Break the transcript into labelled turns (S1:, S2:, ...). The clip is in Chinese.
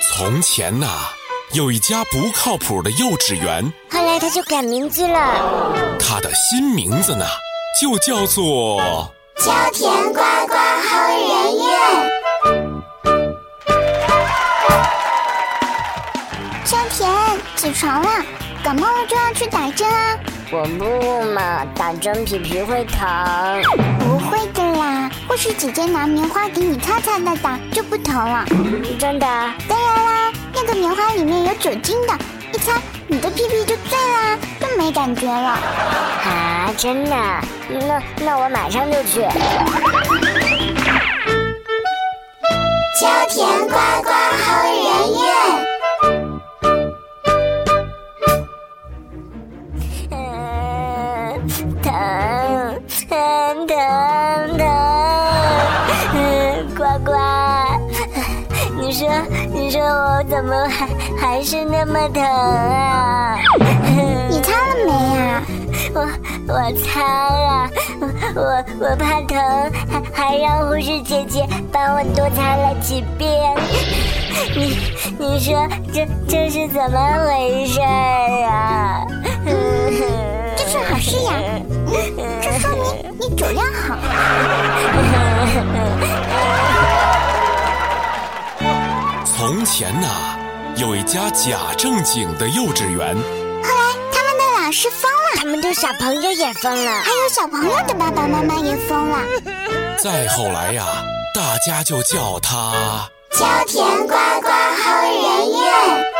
S1: 从前呐、有一家不靠谱的幼稚园，
S2: 后来他就改名字了，
S1: 它的新名字呢，就叫做……
S2: 叫甜瓜瓜后人院。少甜，起床了，感冒了就要去打针啊！
S3: 我不嘛，打针皮皮会疼。
S2: 不会的啦，护士姐姐拿棉花给你擦擦打打就不疼了。
S3: 真的？
S2: 当然啦，那个棉花里面有酒精的，一擦你的屁屁就醉啦，就没感觉了。
S3: 啊，真的？那那我马上就去。
S2: 秋田呱呱好人院。
S3: 嗯，疼，嗯，疼疼。嗯，呱呱，你说，你说我怎么还还是那么疼啊？
S2: 你擦了没啊呀、
S3: 我我擦了，我我怕疼，还还让护士姐姐帮我多擦了几遍。你你说这这是怎么回事儿啊？
S2: 这是好事呀，嗯，这说明你酒量好。
S1: 从前呐、有一家假正经的幼稚园，
S2: 他们的老师疯了，
S3: 他们的小朋友也疯了。
S2: 还有小朋友的爸爸妈妈也疯了。
S1: 再后来呀、大家就叫它……
S2: 秋田呱呱后人院。